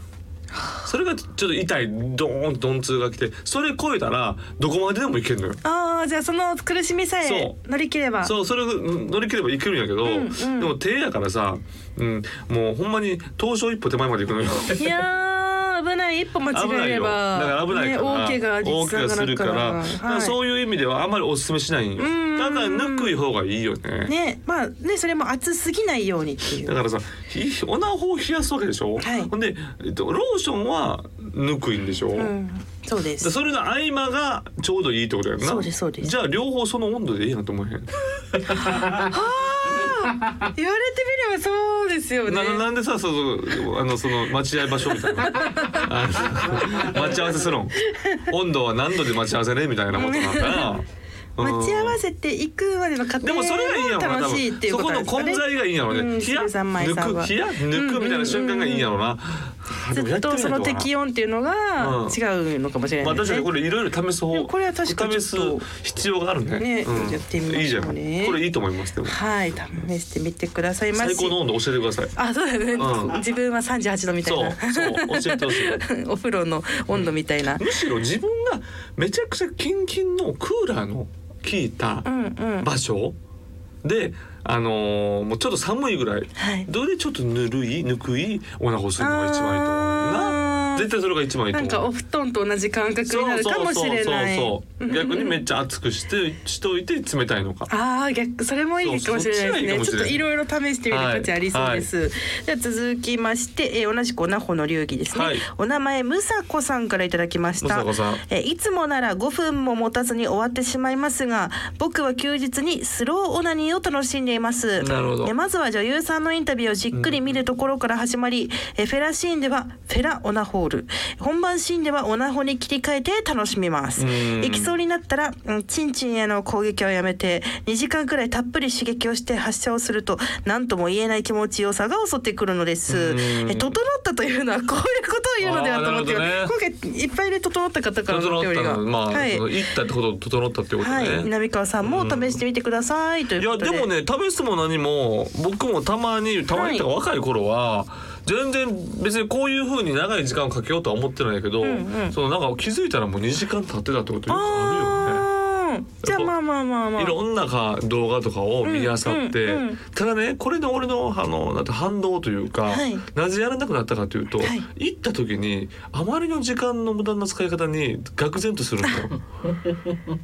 [SPEAKER 2] それがちょっと痛いドーンと鈍痛が来てそれ超えたらどこまででもいけるのよ
[SPEAKER 1] ああじゃあその苦しみさえ
[SPEAKER 2] そ
[SPEAKER 1] 乗り切れば
[SPEAKER 2] そうそれを乗り切ればいけるんやけど、
[SPEAKER 1] んうん
[SPEAKER 2] でも手やからさ、うん、もうほんまに東証一歩手前まで行くの よ
[SPEAKER 1] いやー危ない一歩間違えれば
[SPEAKER 2] だから危ないから、
[SPEAKER 1] ね、大怪我
[SPEAKER 2] 大怪我するから,、
[SPEAKER 1] 実際な
[SPEAKER 2] だから
[SPEAKER 1] はい
[SPEAKER 2] そういう意味ではあんまりおすすめしないんよ
[SPEAKER 1] うんうんうん
[SPEAKER 2] ただぬくい方がいいよね
[SPEAKER 1] ねまあねそれも熱すぎないようにってい
[SPEAKER 2] だ
[SPEAKER 1] う
[SPEAKER 2] からさひオナホを冷やすわけでしょ、
[SPEAKER 1] はい
[SPEAKER 2] ほんで、えっと、ローションはぬくいんでしょ、
[SPEAKER 1] うんそうで
[SPEAKER 2] ですそれの合間がちょうどいいってことやんな
[SPEAKER 1] そうですそうです
[SPEAKER 2] じゃあ両方その温度でいいなと思えへん、
[SPEAKER 1] 言われてみればそうですよね
[SPEAKER 2] ななんでさそのあのその待ち合い場所みた いなあの待ち合わせするん温度は何度で待ち合わせねみたいなことなんだな
[SPEAKER 1] 待ち合
[SPEAKER 2] せ
[SPEAKER 1] わせていくまでの過程
[SPEAKER 2] でもそれがいいんやろな
[SPEAKER 1] が
[SPEAKER 2] 多
[SPEAKER 1] 楽しいっていう
[SPEAKER 2] 分そ
[SPEAKER 1] こと
[SPEAKER 2] こ
[SPEAKER 1] なんで
[SPEAKER 2] の
[SPEAKER 1] すかね
[SPEAKER 2] 混在がいいんやろね
[SPEAKER 1] うん
[SPEAKER 2] 冷や
[SPEAKER 1] 鶴山井さん
[SPEAKER 2] 抜
[SPEAKER 1] は
[SPEAKER 2] く冷や抜くみたいな瞬間がいいんやろな、
[SPEAKER 1] ずっとその適
[SPEAKER 2] 温
[SPEAKER 1] 温っていうのが
[SPEAKER 2] うん
[SPEAKER 1] 違うのかもしれな
[SPEAKER 2] ま
[SPEAKER 1] い
[SPEAKER 2] あ確かにこれいろいろ試す
[SPEAKER 1] で
[SPEAKER 2] 方
[SPEAKER 1] もこれは確かに
[SPEAKER 2] 試
[SPEAKER 1] ち
[SPEAKER 2] す
[SPEAKER 1] ょっと
[SPEAKER 2] 必要があるね
[SPEAKER 1] ね
[SPEAKER 2] うん、
[SPEAKER 1] やってみましょうね
[SPEAKER 2] いいじゃんこれいいと思いますでも
[SPEAKER 1] はい試してみてくださいまし
[SPEAKER 2] 最高の温度教えてください
[SPEAKER 1] あそうだね、
[SPEAKER 2] うん
[SPEAKER 1] 自分は38度みたい
[SPEAKER 2] そ
[SPEAKER 1] な
[SPEAKER 2] うそう教え てほしい
[SPEAKER 1] お風呂の温度みたいな、
[SPEAKER 2] むしろ自分がめちゃくちゃキンキンのクーラーの効いた
[SPEAKER 1] うん、うん
[SPEAKER 2] 場所で、あのーもうちょっと寒いぐらい
[SPEAKER 1] はい
[SPEAKER 2] どれちょっとぬるいぬくいお腹をするのが一番いいと思う
[SPEAKER 1] あ
[SPEAKER 2] な
[SPEAKER 1] ー
[SPEAKER 2] 絶対それが一番いいと
[SPEAKER 1] なんか
[SPEAKER 2] 思う
[SPEAKER 1] お布団と同じ感覚になるかもしれない
[SPEAKER 2] そうそうそうそう逆にめっちゃ熱くしてしといて冷たいのか
[SPEAKER 1] ああ逆それもいいかもしれないですねち
[SPEAKER 2] そうそ
[SPEAKER 1] ょ
[SPEAKER 2] う
[SPEAKER 1] っと
[SPEAKER 2] そっちがい
[SPEAKER 1] い
[SPEAKER 2] いか
[SPEAKER 1] ろいろ試してみる価値ありそうです、では続きまして、えー同じくおなほの流儀ですね、
[SPEAKER 2] はい
[SPEAKER 1] お名前むさこさんからいただきまし
[SPEAKER 2] むさ
[SPEAKER 1] た
[SPEAKER 2] こさん
[SPEAKER 1] えーいつもなら5分も持たずに終わってしまいますが僕は休日にスローオナニーを楽しんでいます
[SPEAKER 2] なるほど
[SPEAKER 1] えーまずは女優さんのインタビューをじっくり見るところから始まり、えーフェラシーンではフェラオナホール本番シーンではオナホに切り替えて楽しみます
[SPEAKER 2] うん
[SPEAKER 1] いきそうになったら、うん、チンチンへの攻撃はやめて2時間くらいたっぷり刺激をして発射をすると何とも言えない気持ちよさが襲ってくるのです
[SPEAKER 2] うん
[SPEAKER 1] え整ったというのはこういうことを言うのではと思って、
[SPEAKER 2] あーなるほ
[SPEAKER 1] 今回いっぱいで整った方からのお
[SPEAKER 2] 整
[SPEAKER 1] 便
[SPEAKER 2] った
[SPEAKER 1] りが
[SPEAKER 2] のまあ、
[SPEAKER 1] はい
[SPEAKER 2] その行ったってこと整ったってことね、
[SPEAKER 1] はい、南川さんも試してみてくださいという
[SPEAKER 2] い
[SPEAKER 1] こ
[SPEAKER 2] や
[SPEAKER 1] とで。
[SPEAKER 2] でもね試すも何も僕もたまにたまにってか若い頃は、全然別にこういう風に長い時間をかけようとは思ってないけど、
[SPEAKER 1] んうん
[SPEAKER 2] そのなんか気づいたらもう2時間経ってたってことよく
[SPEAKER 1] あ
[SPEAKER 2] あるよね。
[SPEAKER 1] ーじゃあまあまあまあまあ
[SPEAKER 2] いろんなか動画とかを見あさって、
[SPEAKER 1] うんうんうん
[SPEAKER 2] ただねこれの俺のあのなんて反動というか、
[SPEAKER 1] はい
[SPEAKER 2] なぜやらなくなったかというと、
[SPEAKER 1] はい
[SPEAKER 2] 行った時にあまりの時間の無駄な使い方に愕然とする んだよ。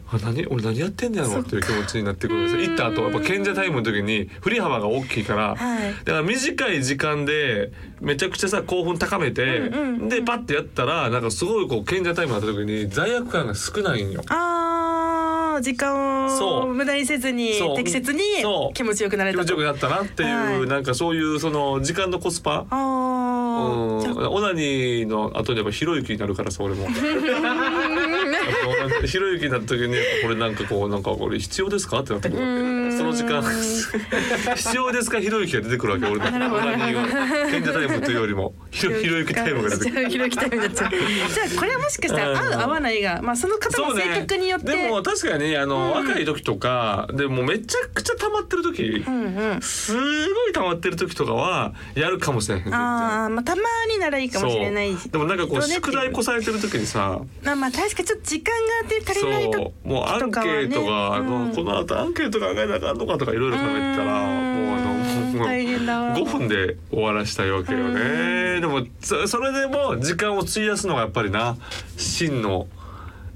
[SPEAKER 2] あ何俺何やってんだろうっていう気持ちになってくるんですよ。行った後やっぱ賢者タイムの時に振り幅が大きいから、
[SPEAKER 1] はい
[SPEAKER 2] だから短い時間でめちゃくちゃさ興奮高めて、
[SPEAKER 1] うんうんうん
[SPEAKER 2] でパッてやったらなんかすごいこう賢者タイムになった時に罪悪感が少ないんよ。
[SPEAKER 1] あー時間を
[SPEAKER 2] そう
[SPEAKER 1] 無駄にせずに
[SPEAKER 2] そう
[SPEAKER 1] 適切に
[SPEAKER 2] そう
[SPEAKER 1] 気持ちよくなれ
[SPEAKER 2] 気
[SPEAKER 1] た
[SPEAKER 2] 持ちよ
[SPEAKER 1] と
[SPEAKER 2] くなったなっていう、
[SPEAKER 1] はい
[SPEAKER 2] なんかそういうその時間のコスパ
[SPEAKER 1] あ
[SPEAKER 2] うん
[SPEAKER 1] ーじゃあ
[SPEAKER 2] オナニーの後にやっぱひろゆきになるからさ俺もやっぱひろゆきになった時にやっぱこれなんかこうなんかこれ必要ですかってなってくるわけその時間必要ですかひろゆきが出てくるわけ俺のオ
[SPEAKER 1] るほど
[SPEAKER 2] ナニーが賢者タイムというよりもひろひろゆきタイムが出てくる
[SPEAKER 1] じゃあひろゆきタイムになっちゃうじゃあこれはもしかしたら合う合わないがまあその方の性格によって
[SPEAKER 2] でも確かにあの、若い時とかでもめちゃくちゃ溜まってる時、
[SPEAKER 1] うんうん
[SPEAKER 2] すごい溜まってる時とかはやるかもしれへん全然
[SPEAKER 1] あーまあたまにならいいかもしれない
[SPEAKER 2] そうでもなんかこう
[SPEAKER 1] どねってい
[SPEAKER 2] 宿題こされてる時にさ
[SPEAKER 1] まあまあ確かにちょっと時間が足りないと
[SPEAKER 2] そうもうアンケートが、
[SPEAKER 1] とかはねうん
[SPEAKER 2] この後アンケート考えなあかんのかとかいろいろ考えてたらもうあのもう
[SPEAKER 1] 大変だわ
[SPEAKER 2] 5分で終わらしたいわけよねでもそそれでも時間を費やすのがやっぱりな真の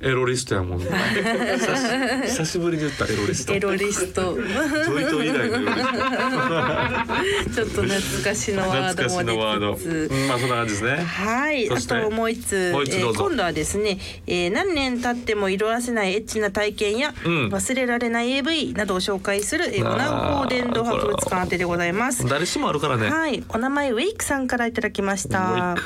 [SPEAKER 2] エロリストやも んね久し久しぶりに言ったエロリスト
[SPEAKER 1] エロリスト
[SPEAKER 2] ジョイト以来のエロリスト
[SPEAKER 1] ちょっと懐かしのワード
[SPEAKER 2] 懐かしのワ
[SPEAKER 1] も
[SPEAKER 2] ード、
[SPEAKER 1] 出つつ
[SPEAKER 2] うんまあそんな感じですね
[SPEAKER 1] はい、
[SPEAKER 2] そ
[SPEAKER 1] あ
[SPEAKER 2] して
[SPEAKER 1] ともう一つ
[SPEAKER 2] もう一つ
[SPEAKER 1] えー
[SPEAKER 2] どうぞ
[SPEAKER 1] 今度はですね、えー何年経っても色あせないエッチな体験や、
[SPEAKER 2] うん
[SPEAKER 1] 忘れられない AV などを紹介する、えー、
[SPEAKER 2] あー
[SPEAKER 1] オナホーデンド博物館宛てでございます。
[SPEAKER 2] 誰しもあるからね、
[SPEAKER 1] はい、お名前ウェイクさんからいただきまし
[SPEAKER 2] ウェイ
[SPEAKER 1] た
[SPEAKER 2] ク。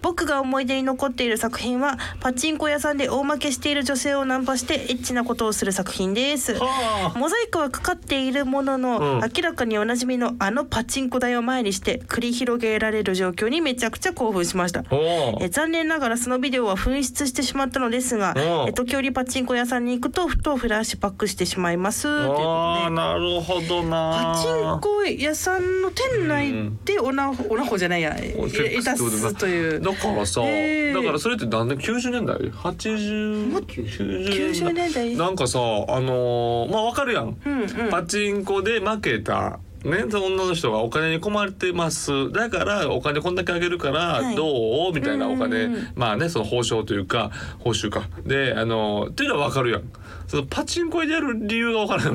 [SPEAKER 1] 僕が思い出に残っている作品はパチンコ屋さんで大負けしている女性をナンパしてエッチなことをする作品です。
[SPEAKER 2] はあ
[SPEAKER 1] モザイクはかかっているものの、
[SPEAKER 2] うん
[SPEAKER 1] 明らかにおなじみのあのパチンコ台を前にして繰り広げられる状況にめちゃくちゃ興奮しました。
[SPEAKER 2] おお
[SPEAKER 1] え残念ながらそのビデオは紛失してしまったのですが
[SPEAKER 2] おう
[SPEAKER 1] え時折パチンコ屋さんに行くとふとフラッシュバックしてしまいますということ
[SPEAKER 2] ああ
[SPEAKER 1] で
[SPEAKER 2] なるほどな
[SPEAKER 1] パチンコ屋さんの店内でオナホ、オナホじゃないやえ
[SPEAKER 2] セッ
[SPEAKER 1] え
[SPEAKER 2] ク
[SPEAKER 1] い
[SPEAKER 2] スったてこと
[SPEAKER 1] すという
[SPEAKER 2] だからさ、
[SPEAKER 1] えー
[SPEAKER 2] だからそれって何年90年代80
[SPEAKER 1] もっ90
[SPEAKER 2] 90
[SPEAKER 1] 年代
[SPEAKER 2] なんかさあのーまあわかるやん、
[SPEAKER 1] うんうん
[SPEAKER 2] パチンコで負けたね、その女の人がお金に困ってますだからお金こんだけあげるか
[SPEAKER 1] は
[SPEAKER 2] ら
[SPEAKER 1] い
[SPEAKER 2] どう、みたいなお金
[SPEAKER 1] うんうんうん
[SPEAKER 2] まあねその報奨というか報酬かであのーっていうのはわかるやんそのパチンコでやる理由がわからない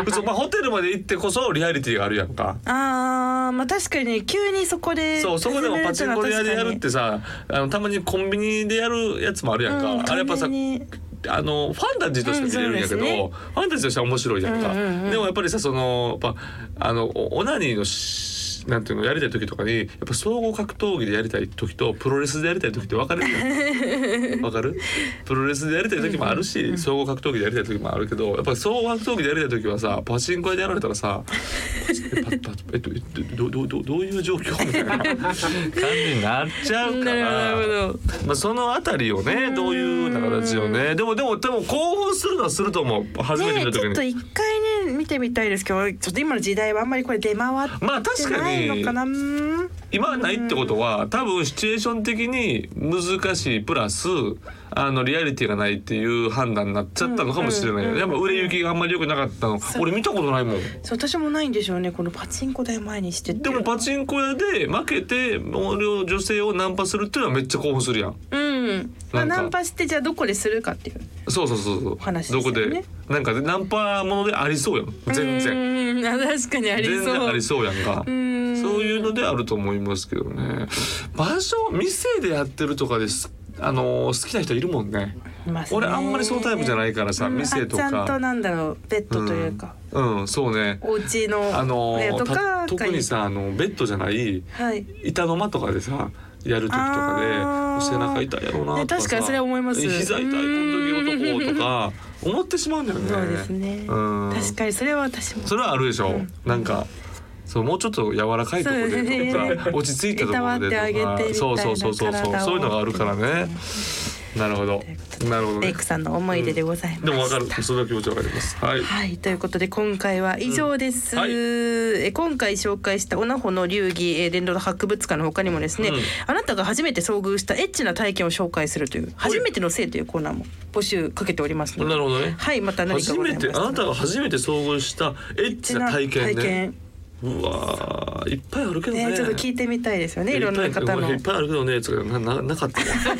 [SPEAKER 2] ねそうまあホテルまで行ってこそリアリティがあるやんか
[SPEAKER 1] あーまあ確かにね急にそこで
[SPEAKER 2] そうそこでもパチンコでやでやるっ
[SPEAKER 1] 始
[SPEAKER 2] てさあのたまにコンビニでやるやつもあるやんか、
[SPEAKER 1] めるって
[SPEAKER 2] あれやっぱさ
[SPEAKER 1] 完全に
[SPEAKER 2] あのファンタジーとして見れるんやけ
[SPEAKER 1] うん
[SPEAKER 2] ど、
[SPEAKER 1] そうですね
[SPEAKER 2] ファンタジーとしては面白いやんか、
[SPEAKER 1] うんうんうん
[SPEAKER 2] でもやっぱりさそのやっぱあのオオナニーのしなんていうのやりたい時とかにやっぱ総合格闘技でやりたい時とプロレスでやりたい時って分かれるやん分かるプロレスでやりたい時もあるし、総合格闘技でやりたい時もあるけどやっぱり総合格闘技でやりたい時はさパチンコ屋でやられたらさえパパえっとえっとどどどどういう状況みたいな感じになっちゃうから。
[SPEAKER 1] なるほどなるほど
[SPEAKER 2] まあ、そのあたりをねどういう形をねでもでもでも興奮するのはすると思う初めて見
[SPEAKER 1] ねえち
[SPEAKER 2] た
[SPEAKER 1] ょ
[SPEAKER 2] 時
[SPEAKER 1] っ
[SPEAKER 2] に、
[SPEAKER 1] と一回ね見てみたいですけどちょっと今の時代はあんまりこれ出回って
[SPEAKER 2] まあ確か
[SPEAKER 1] ないの
[SPEAKER 2] に
[SPEAKER 1] かなうん
[SPEAKER 2] 今はないってことは多分シチュエーション的に難しいプラスあのリアリティがないっていう判断になっちゃったのかもしれないよねやっぱ売れ行きがあんまり良くなかったの
[SPEAKER 1] そう
[SPEAKER 2] 俺見たことないもん
[SPEAKER 1] そう私もないんでしょうねこのパチンコ台前にしてって
[SPEAKER 2] でもパチンコ屋で負けて俺を女性をナンパするっていうのはめっちゃ興奮するやん
[SPEAKER 1] うんまあ
[SPEAKER 2] なんか
[SPEAKER 1] ナンパしてじゃあどこでするかっていう
[SPEAKER 2] そうそうそうそう
[SPEAKER 1] 話で
[SPEAKER 2] ど
[SPEAKER 1] すよ
[SPEAKER 2] こ
[SPEAKER 1] ね
[SPEAKER 2] でなんかナンパものでありそうやん全然
[SPEAKER 1] 然確かにありそう
[SPEAKER 2] 全然ありそうやんかそ
[SPEAKER 1] う
[SPEAKER 2] う
[SPEAKER 1] ん
[SPEAKER 2] いうのであると思いますけどね場所店でやってるとかですあのー好きな人いるもんね
[SPEAKER 1] いますね
[SPEAKER 2] 俺あんまりそのタイプじゃないからさ
[SPEAKER 1] うん
[SPEAKER 2] 店とか
[SPEAKER 1] あちゃんとなんだろうベッドというか、
[SPEAKER 2] うんそうね
[SPEAKER 1] お家の
[SPEAKER 2] あの
[SPEAKER 1] 部
[SPEAKER 2] ー
[SPEAKER 1] 屋とか
[SPEAKER 2] た
[SPEAKER 1] が
[SPEAKER 2] 特にさあのベッドじゃない
[SPEAKER 1] はい
[SPEAKER 2] 板の間とかでさやる時とかで
[SPEAKER 1] あー
[SPEAKER 2] 背中痛いやろうなとかさ
[SPEAKER 1] ね確かにそれは思います
[SPEAKER 2] 膝痛いこの時男とか思ってしまうんだよね
[SPEAKER 1] そうですね
[SPEAKER 2] うん
[SPEAKER 1] 確かにそれは私も
[SPEAKER 2] それはあるでしょ、なんかそうもうちょっと柔らかいところ
[SPEAKER 1] そう
[SPEAKER 2] で
[SPEAKER 1] ね
[SPEAKER 2] とか落ち着いたところでと
[SPEAKER 1] いたわってあげてみたいな
[SPEAKER 2] かそうそうそうそうそう
[SPEAKER 1] 体を
[SPEAKER 2] そういうのがあるからねなるほど
[SPEAKER 1] ということで
[SPEAKER 2] なるほど
[SPEAKER 1] レイ
[SPEAKER 2] ね
[SPEAKER 1] クさんの思い出でございました、
[SPEAKER 2] でもわかるそれは気持ちわかりますはい
[SPEAKER 1] はいということで今回は以上です、
[SPEAKER 2] うんはい
[SPEAKER 1] え今回紹介したオナホの流儀えー連動博物館の他にもですね、
[SPEAKER 2] うん
[SPEAKER 1] あなたが初めて遭遇したエッチな体験を紹介するという初めての性というコーナーも募集かけておりますので
[SPEAKER 2] なるほどね
[SPEAKER 1] はいまた何か
[SPEAKER 2] 初
[SPEAKER 1] ござい
[SPEAKER 2] め
[SPEAKER 1] ました
[SPEAKER 2] て
[SPEAKER 1] ら
[SPEAKER 2] あなたが初めて遭遇したエッチな体験
[SPEAKER 1] 体
[SPEAKER 2] ね
[SPEAKER 1] 験
[SPEAKER 2] うわーいっぱいあるけどね
[SPEAKER 1] ねちょっと聞いてみたいですよねいろんな方の
[SPEAKER 2] いっぱいあるけどねつうかな ななかった よな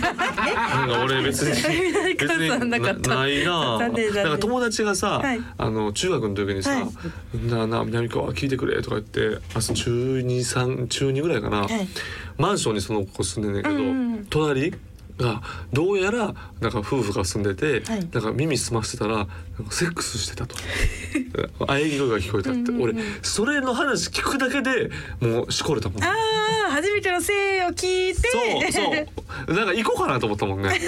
[SPEAKER 2] んか俺別に
[SPEAKER 1] 南
[SPEAKER 2] 別
[SPEAKER 1] 川
[SPEAKER 2] に
[SPEAKER 1] さんなかった
[SPEAKER 2] ないな
[SPEAKER 1] 残念残念
[SPEAKER 2] なんか友達がさ、
[SPEAKER 1] はい
[SPEAKER 2] あの中学の時にさ
[SPEAKER 1] はい
[SPEAKER 2] 「なあなあ南川聞いてくれ」とか言ってあそう中二三中二ぐらいかな、
[SPEAKER 1] はい
[SPEAKER 2] マンションにその子住んでんねんけど、
[SPEAKER 1] うんうんうん
[SPEAKER 2] 隣がどうやらなんか夫婦が住んでて、
[SPEAKER 1] はい
[SPEAKER 2] なんか耳澄ましてたらなんかセックス してたと喘ぎ声が聞こえたって、
[SPEAKER 1] うんうんうん
[SPEAKER 2] 俺それの話聞くだけでもうしこれたもん
[SPEAKER 1] ああ初めての性を聞いて
[SPEAKER 2] そうそうなんか行こうかなと思ったもんね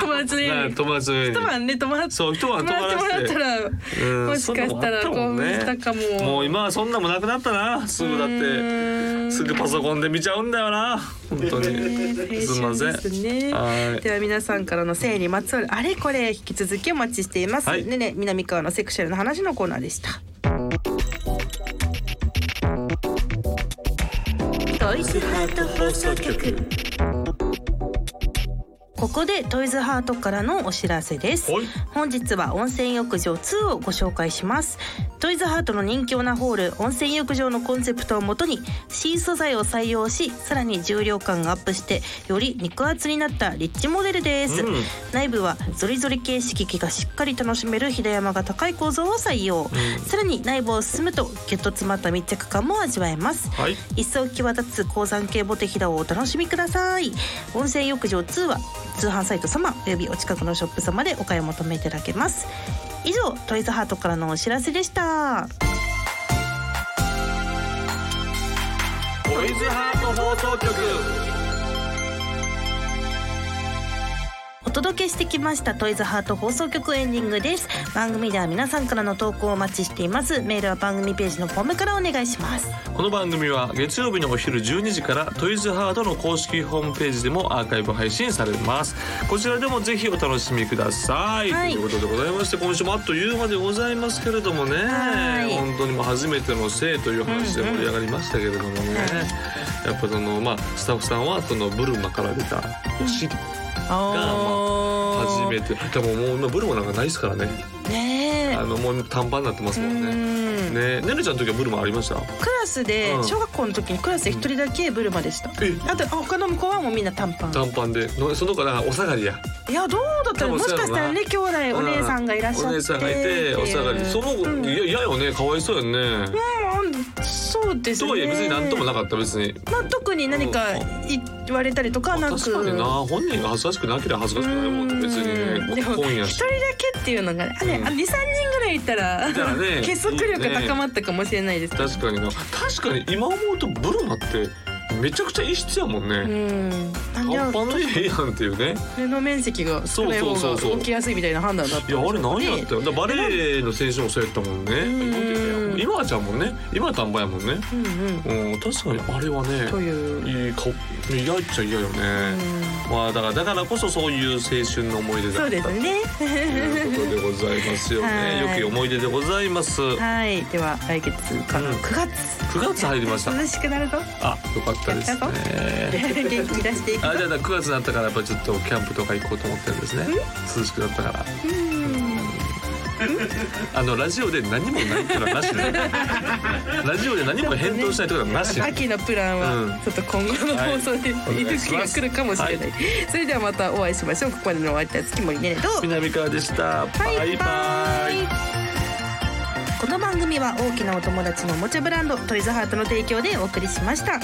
[SPEAKER 1] 友達の家
[SPEAKER 2] なん
[SPEAKER 1] に
[SPEAKER 2] か友達の家に
[SPEAKER 1] 一晩ね泊まっ
[SPEAKER 2] そう一晩泊まらせて
[SPEAKER 1] 泊まってもらった
[SPEAKER 2] う
[SPEAKER 1] ら
[SPEAKER 2] ん
[SPEAKER 1] もしかしたら
[SPEAKER 2] そんなも
[SPEAKER 1] 興
[SPEAKER 2] んあ
[SPEAKER 1] 奮し
[SPEAKER 2] った
[SPEAKER 1] たか
[SPEAKER 2] もん
[SPEAKER 1] も
[SPEAKER 2] ねもう今はそんなもなくなったなすぐだっ
[SPEAKER 1] うー
[SPEAKER 2] て
[SPEAKER 1] ん
[SPEAKER 2] すぐパソコンで見ちゃうんだよな本当に
[SPEAKER 1] ね
[SPEAKER 2] すみませ
[SPEAKER 1] 青
[SPEAKER 2] ん
[SPEAKER 1] 春ですね
[SPEAKER 2] はい
[SPEAKER 1] では皆さんからの性にまつわるあれこれ引き続きお待ちしています、
[SPEAKER 2] はい
[SPEAKER 1] ねね南川のセクシャルの話のコーナーでした
[SPEAKER 3] トイズハート放送局
[SPEAKER 1] ここでトイズハートからのお知らせです
[SPEAKER 2] はい
[SPEAKER 1] 本日は温泉浴場2をご紹介しますトイズハートの人気オナホール温泉浴場のコンセプトをもとに新素材を採用しさらに重量感がアップしてより肉厚になったリッチモデルです、
[SPEAKER 2] うん
[SPEAKER 1] 内部はゾリゾリ形式機がしっかり楽しめる平山が高い構造を採用、
[SPEAKER 2] ん
[SPEAKER 1] さらに内部を進むとギュッと詰まった密着感も味わえます、
[SPEAKER 2] はい
[SPEAKER 1] 一層際立つ高山系ボテヒダをお楽しみください温泉浴場2は通販サイト様およびお近くのショップ様でお買い求めいただけます以上トイズハートからのお知らせでした
[SPEAKER 2] トイズハート放送局
[SPEAKER 1] お届けしてきましたトイズハート放送局エンディングです番組では皆さんからの投稿をお待ちしていますメールは番組ページのフォームからお願いします
[SPEAKER 2] この番組は月曜日のお昼12時からトイズハートの公式ホームページでもアーカイブ配信されますこちらでもぜひお楽しみください、
[SPEAKER 1] はい
[SPEAKER 2] ということでございまして今週もあっという間でございますけれどもね
[SPEAKER 1] はい
[SPEAKER 2] 本当にもう初めてのせいという話で盛り上がりましたけれどもね、やっぱそのまあスタッフさんはそのブルマから出たお尻初めてでももう今ブルマなんかないですからね
[SPEAKER 1] ねえ
[SPEAKER 2] あのもう短パンになってますもん
[SPEAKER 1] う
[SPEAKER 2] ね
[SPEAKER 1] ん
[SPEAKER 2] ねねねちゃんの時はブルマありました
[SPEAKER 1] クラスで
[SPEAKER 2] うん
[SPEAKER 1] 小学校の時にクラスで一人だけブルマでした、
[SPEAKER 2] え
[SPEAKER 1] あとあ他の向こうはもうみんな短パン
[SPEAKER 2] 短パンでのその子だからお下がりや
[SPEAKER 1] いやどうだったのも
[SPEAKER 2] 多分そ
[SPEAKER 1] し
[SPEAKER 2] うや
[SPEAKER 1] か
[SPEAKER 2] ろ
[SPEAKER 1] し
[SPEAKER 2] な
[SPEAKER 1] たらね兄弟お姉さんがいらっしゃって
[SPEAKER 2] お姉さんがいてお下がりその子
[SPEAKER 1] うん
[SPEAKER 2] いや嫌よねかわいそうやんね
[SPEAKER 1] うんそうです
[SPEAKER 2] と
[SPEAKER 1] ね
[SPEAKER 2] はいえ別に何ともな
[SPEAKER 1] か
[SPEAKER 2] かった別に
[SPEAKER 1] まあ特に何かい言われたりとかはなく
[SPEAKER 2] 確かにな本人が恥ずかしくなければ恥ずかしくないもんね別
[SPEAKER 1] うん
[SPEAKER 2] に
[SPEAKER 1] で
[SPEAKER 2] ね
[SPEAKER 1] も
[SPEAKER 2] 本や
[SPEAKER 1] 一
[SPEAKER 2] し
[SPEAKER 1] 人だけっていうのがねあれ
[SPEAKER 2] うん
[SPEAKER 1] あ23人ぐらいいたら
[SPEAKER 2] いたらね
[SPEAKER 1] 結束力高まったかもしれないですね
[SPEAKER 2] 確かにな確かに今思うとブルマってめちゃくちゃ異質やもん
[SPEAKER 1] う
[SPEAKER 2] ね
[SPEAKER 1] んなんであの
[SPEAKER 2] 短パンでええやんっていうね
[SPEAKER 1] 胸の面積が少ない方
[SPEAKER 2] そうそうそうそ
[SPEAKER 1] が
[SPEAKER 2] う
[SPEAKER 1] 起きやすいみたいな判断だったんで
[SPEAKER 2] い
[SPEAKER 1] し
[SPEAKER 2] や
[SPEAKER 1] ょうね
[SPEAKER 2] あれ何やったよだからバレエの選手もそうやったもん
[SPEAKER 1] う
[SPEAKER 2] ね
[SPEAKER 1] ん
[SPEAKER 2] 今はちゃんもんね今は短パンやもんね
[SPEAKER 1] うんうん
[SPEAKER 2] うん確かにあれはね
[SPEAKER 1] という
[SPEAKER 2] いい顔嫌っちゃ嫌よね、
[SPEAKER 1] うん
[SPEAKER 2] まあだからだからこそそういう青春の思い出だ
[SPEAKER 1] そ
[SPEAKER 2] っ
[SPEAKER 1] うです
[SPEAKER 2] た
[SPEAKER 1] ね
[SPEAKER 2] ということでございますよ
[SPEAKER 1] はい
[SPEAKER 2] ね。良き思い出でございます。9
[SPEAKER 1] はい、では来月から
[SPEAKER 2] うん
[SPEAKER 1] 9月、
[SPEAKER 2] 月入りました。
[SPEAKER 1] 涼しくなるぞ。
[SPEAKER 2] あ、よかったですね。
[SPEAKER 1] 元気出していくぞ
[SPEAKER 2] あ、じゃあ9月になったからやっぱちょっとキャンプとか行こうと思ってるんですね。涼しくなったから。あのラジオで何もないっていうのはなし ね。ラジオで何も返答しないってことはなし。
[SPEAKER 1] 秋のプラン
[SPEAKER 2] う
[SPEAKER 1] は
[SPEAKER 2] ん
[SPEAKER 1] ちょっと今後の放送で
[SPEAKER 2] はい
[SPEAKER 1] いる日が来るかもしれな
[SPEAKER 2] お願
[SPEAKER 1] い。それではまたお会いしましょう。ここまでのお相手は月森ねねと。
[SPEAKER 2] 南川でした。バイバイ。
[SPEAKER 1] この番組は大きなお友達のおもちゃブランドトイズハートの提供でお送りしました。